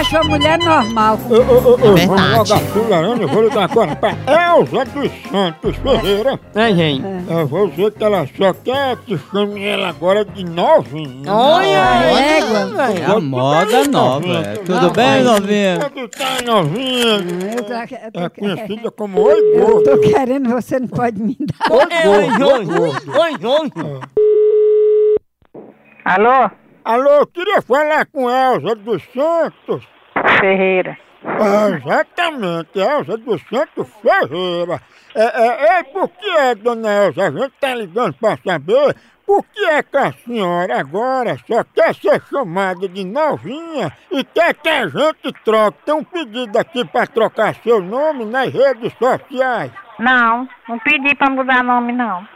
Isso é mulher normal. Ô, ô, ô, ô, É vamos logo verdade. a fularana, eu vou ligar agora pra Elza dos Santos Ferreira. É, gente. Eu vou dizer que ela só quer que chame ela agora de novinha. Olha aí, égua. velho. É a moda nova. é. Tudo bem, novinha? Quando tá novinha, Eu tô, eu Ah, tô- é conhecida como Oi eu tô Gordo. querendo, você não pode me dar. Oi, Jorge. Oi, Jorge. Alô? Alô, eu queria falar com Elza dos Santos. Ferreira. Ah, exatamente, é Elza dos Santos Ferreira. É, é, é, por que é, dona Elza? A gente tá ligando pra saber por que é que a senhora agora só quer ser chamada de novinha e quer que a gente troque. Tem um pedido aqui pra trocar seu nome nas redes sociais. Não, não pedi pra mudar nome, não.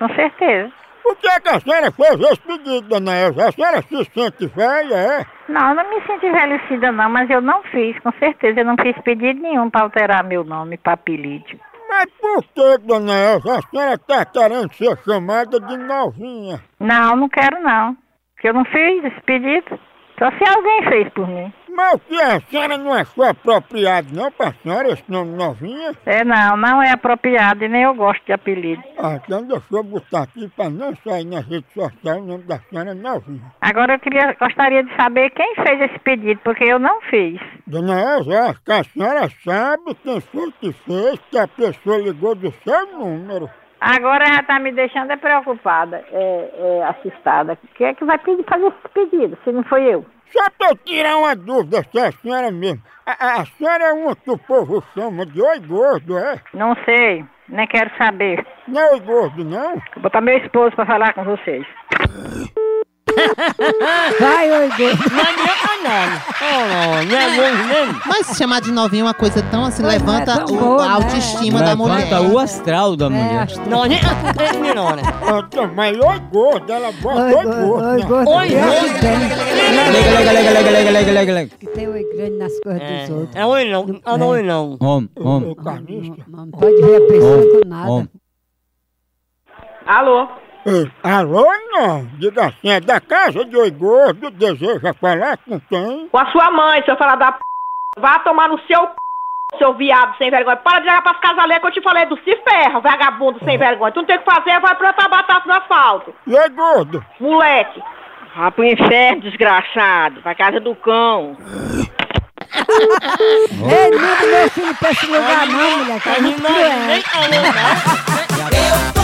Com certeza. Por que, é que a senhora fez esse pedido, dona Elza? A senhora se sente velha, é? Não, eu não me sinto envelhecida, não, mas eu não fiz, com certeza. Eu não fiz pedido nenhum pra alterar meu nome pra apelido. Mas por que, dona Elza, a senhora tá querendo ser chamada de novinha? Não, não quero, não. Porque eu não fiz esse pedido. Só se alguém fez por mim. Mas o que é? a senhora não achou apropriado não pra senhora esse nome novinha? É, não, não é apropriado e nem eu gosto de apelido. Ah, então deixa eu botar aqui pra não sair na rede social o nome da senhora é novinha. Agora eu queria, gostaria de saber quem fez esse pedido, porque eu não fiz. Dona Elza, eu acho que a senhora sabe quem foi que fez que a pessoa ligou do seu número. Agora já tá me deixando é preocupada, é, é, assustada. Quem é que vai pedir, fazer esse pedido, se não foi eu? Só pra eu tirar uma dúvida, se é a senhora mesmo. A, a- a senhora é uma que o povo chama de oi gordo, é? Não sei, nem quero saber. Não é oi gordo, não? Vou botar meu esposo pra falar com vocês. Vai, oi, gordo. Não adianta nada. Oh, não é longe mesmo. Mas se chamar de novinha é uma coisa tão assim, Pois é, levanta tão o- boa, né? a autoestima da mulher. Levanta o astral da É, mulher. acho- Não, nem acontece, não, né? Então, mas oi gordo, ela bota Oi, oi gordo. Oi, gordo. né? gordo. Oi, pior que gordo. tem. Lega, lega, lega, lega, lega, lega, lega, lega. Que tem oi grande nas coisas dos outros. É, é oi não. Ah, não, oi não. Homem, Ô, ô, homem. carniça. Não, não pode ver a pessoa com nada. Homem. Alô? Ei, Alô, não. Diga assim, é da casa de Oi Gordo, deseja falar com quem? Com a sua mãe, seu falar da p. Vá tomar no seu p, seu viado sem vergonha. Para de jogar pras casaleiras que eu te falei do se ferra, vagabundo sem vergonha. Tu não tem o que fazer, vai plantar batata no asfalto. E Oi Gordo, Moleque. Vá pro inferno, desgraçado. Pra casa do cão. Ei, não manda meu filho pra esse lugar não, mulher. Que é Mas muito não, cruel. nem alô não. Eu tô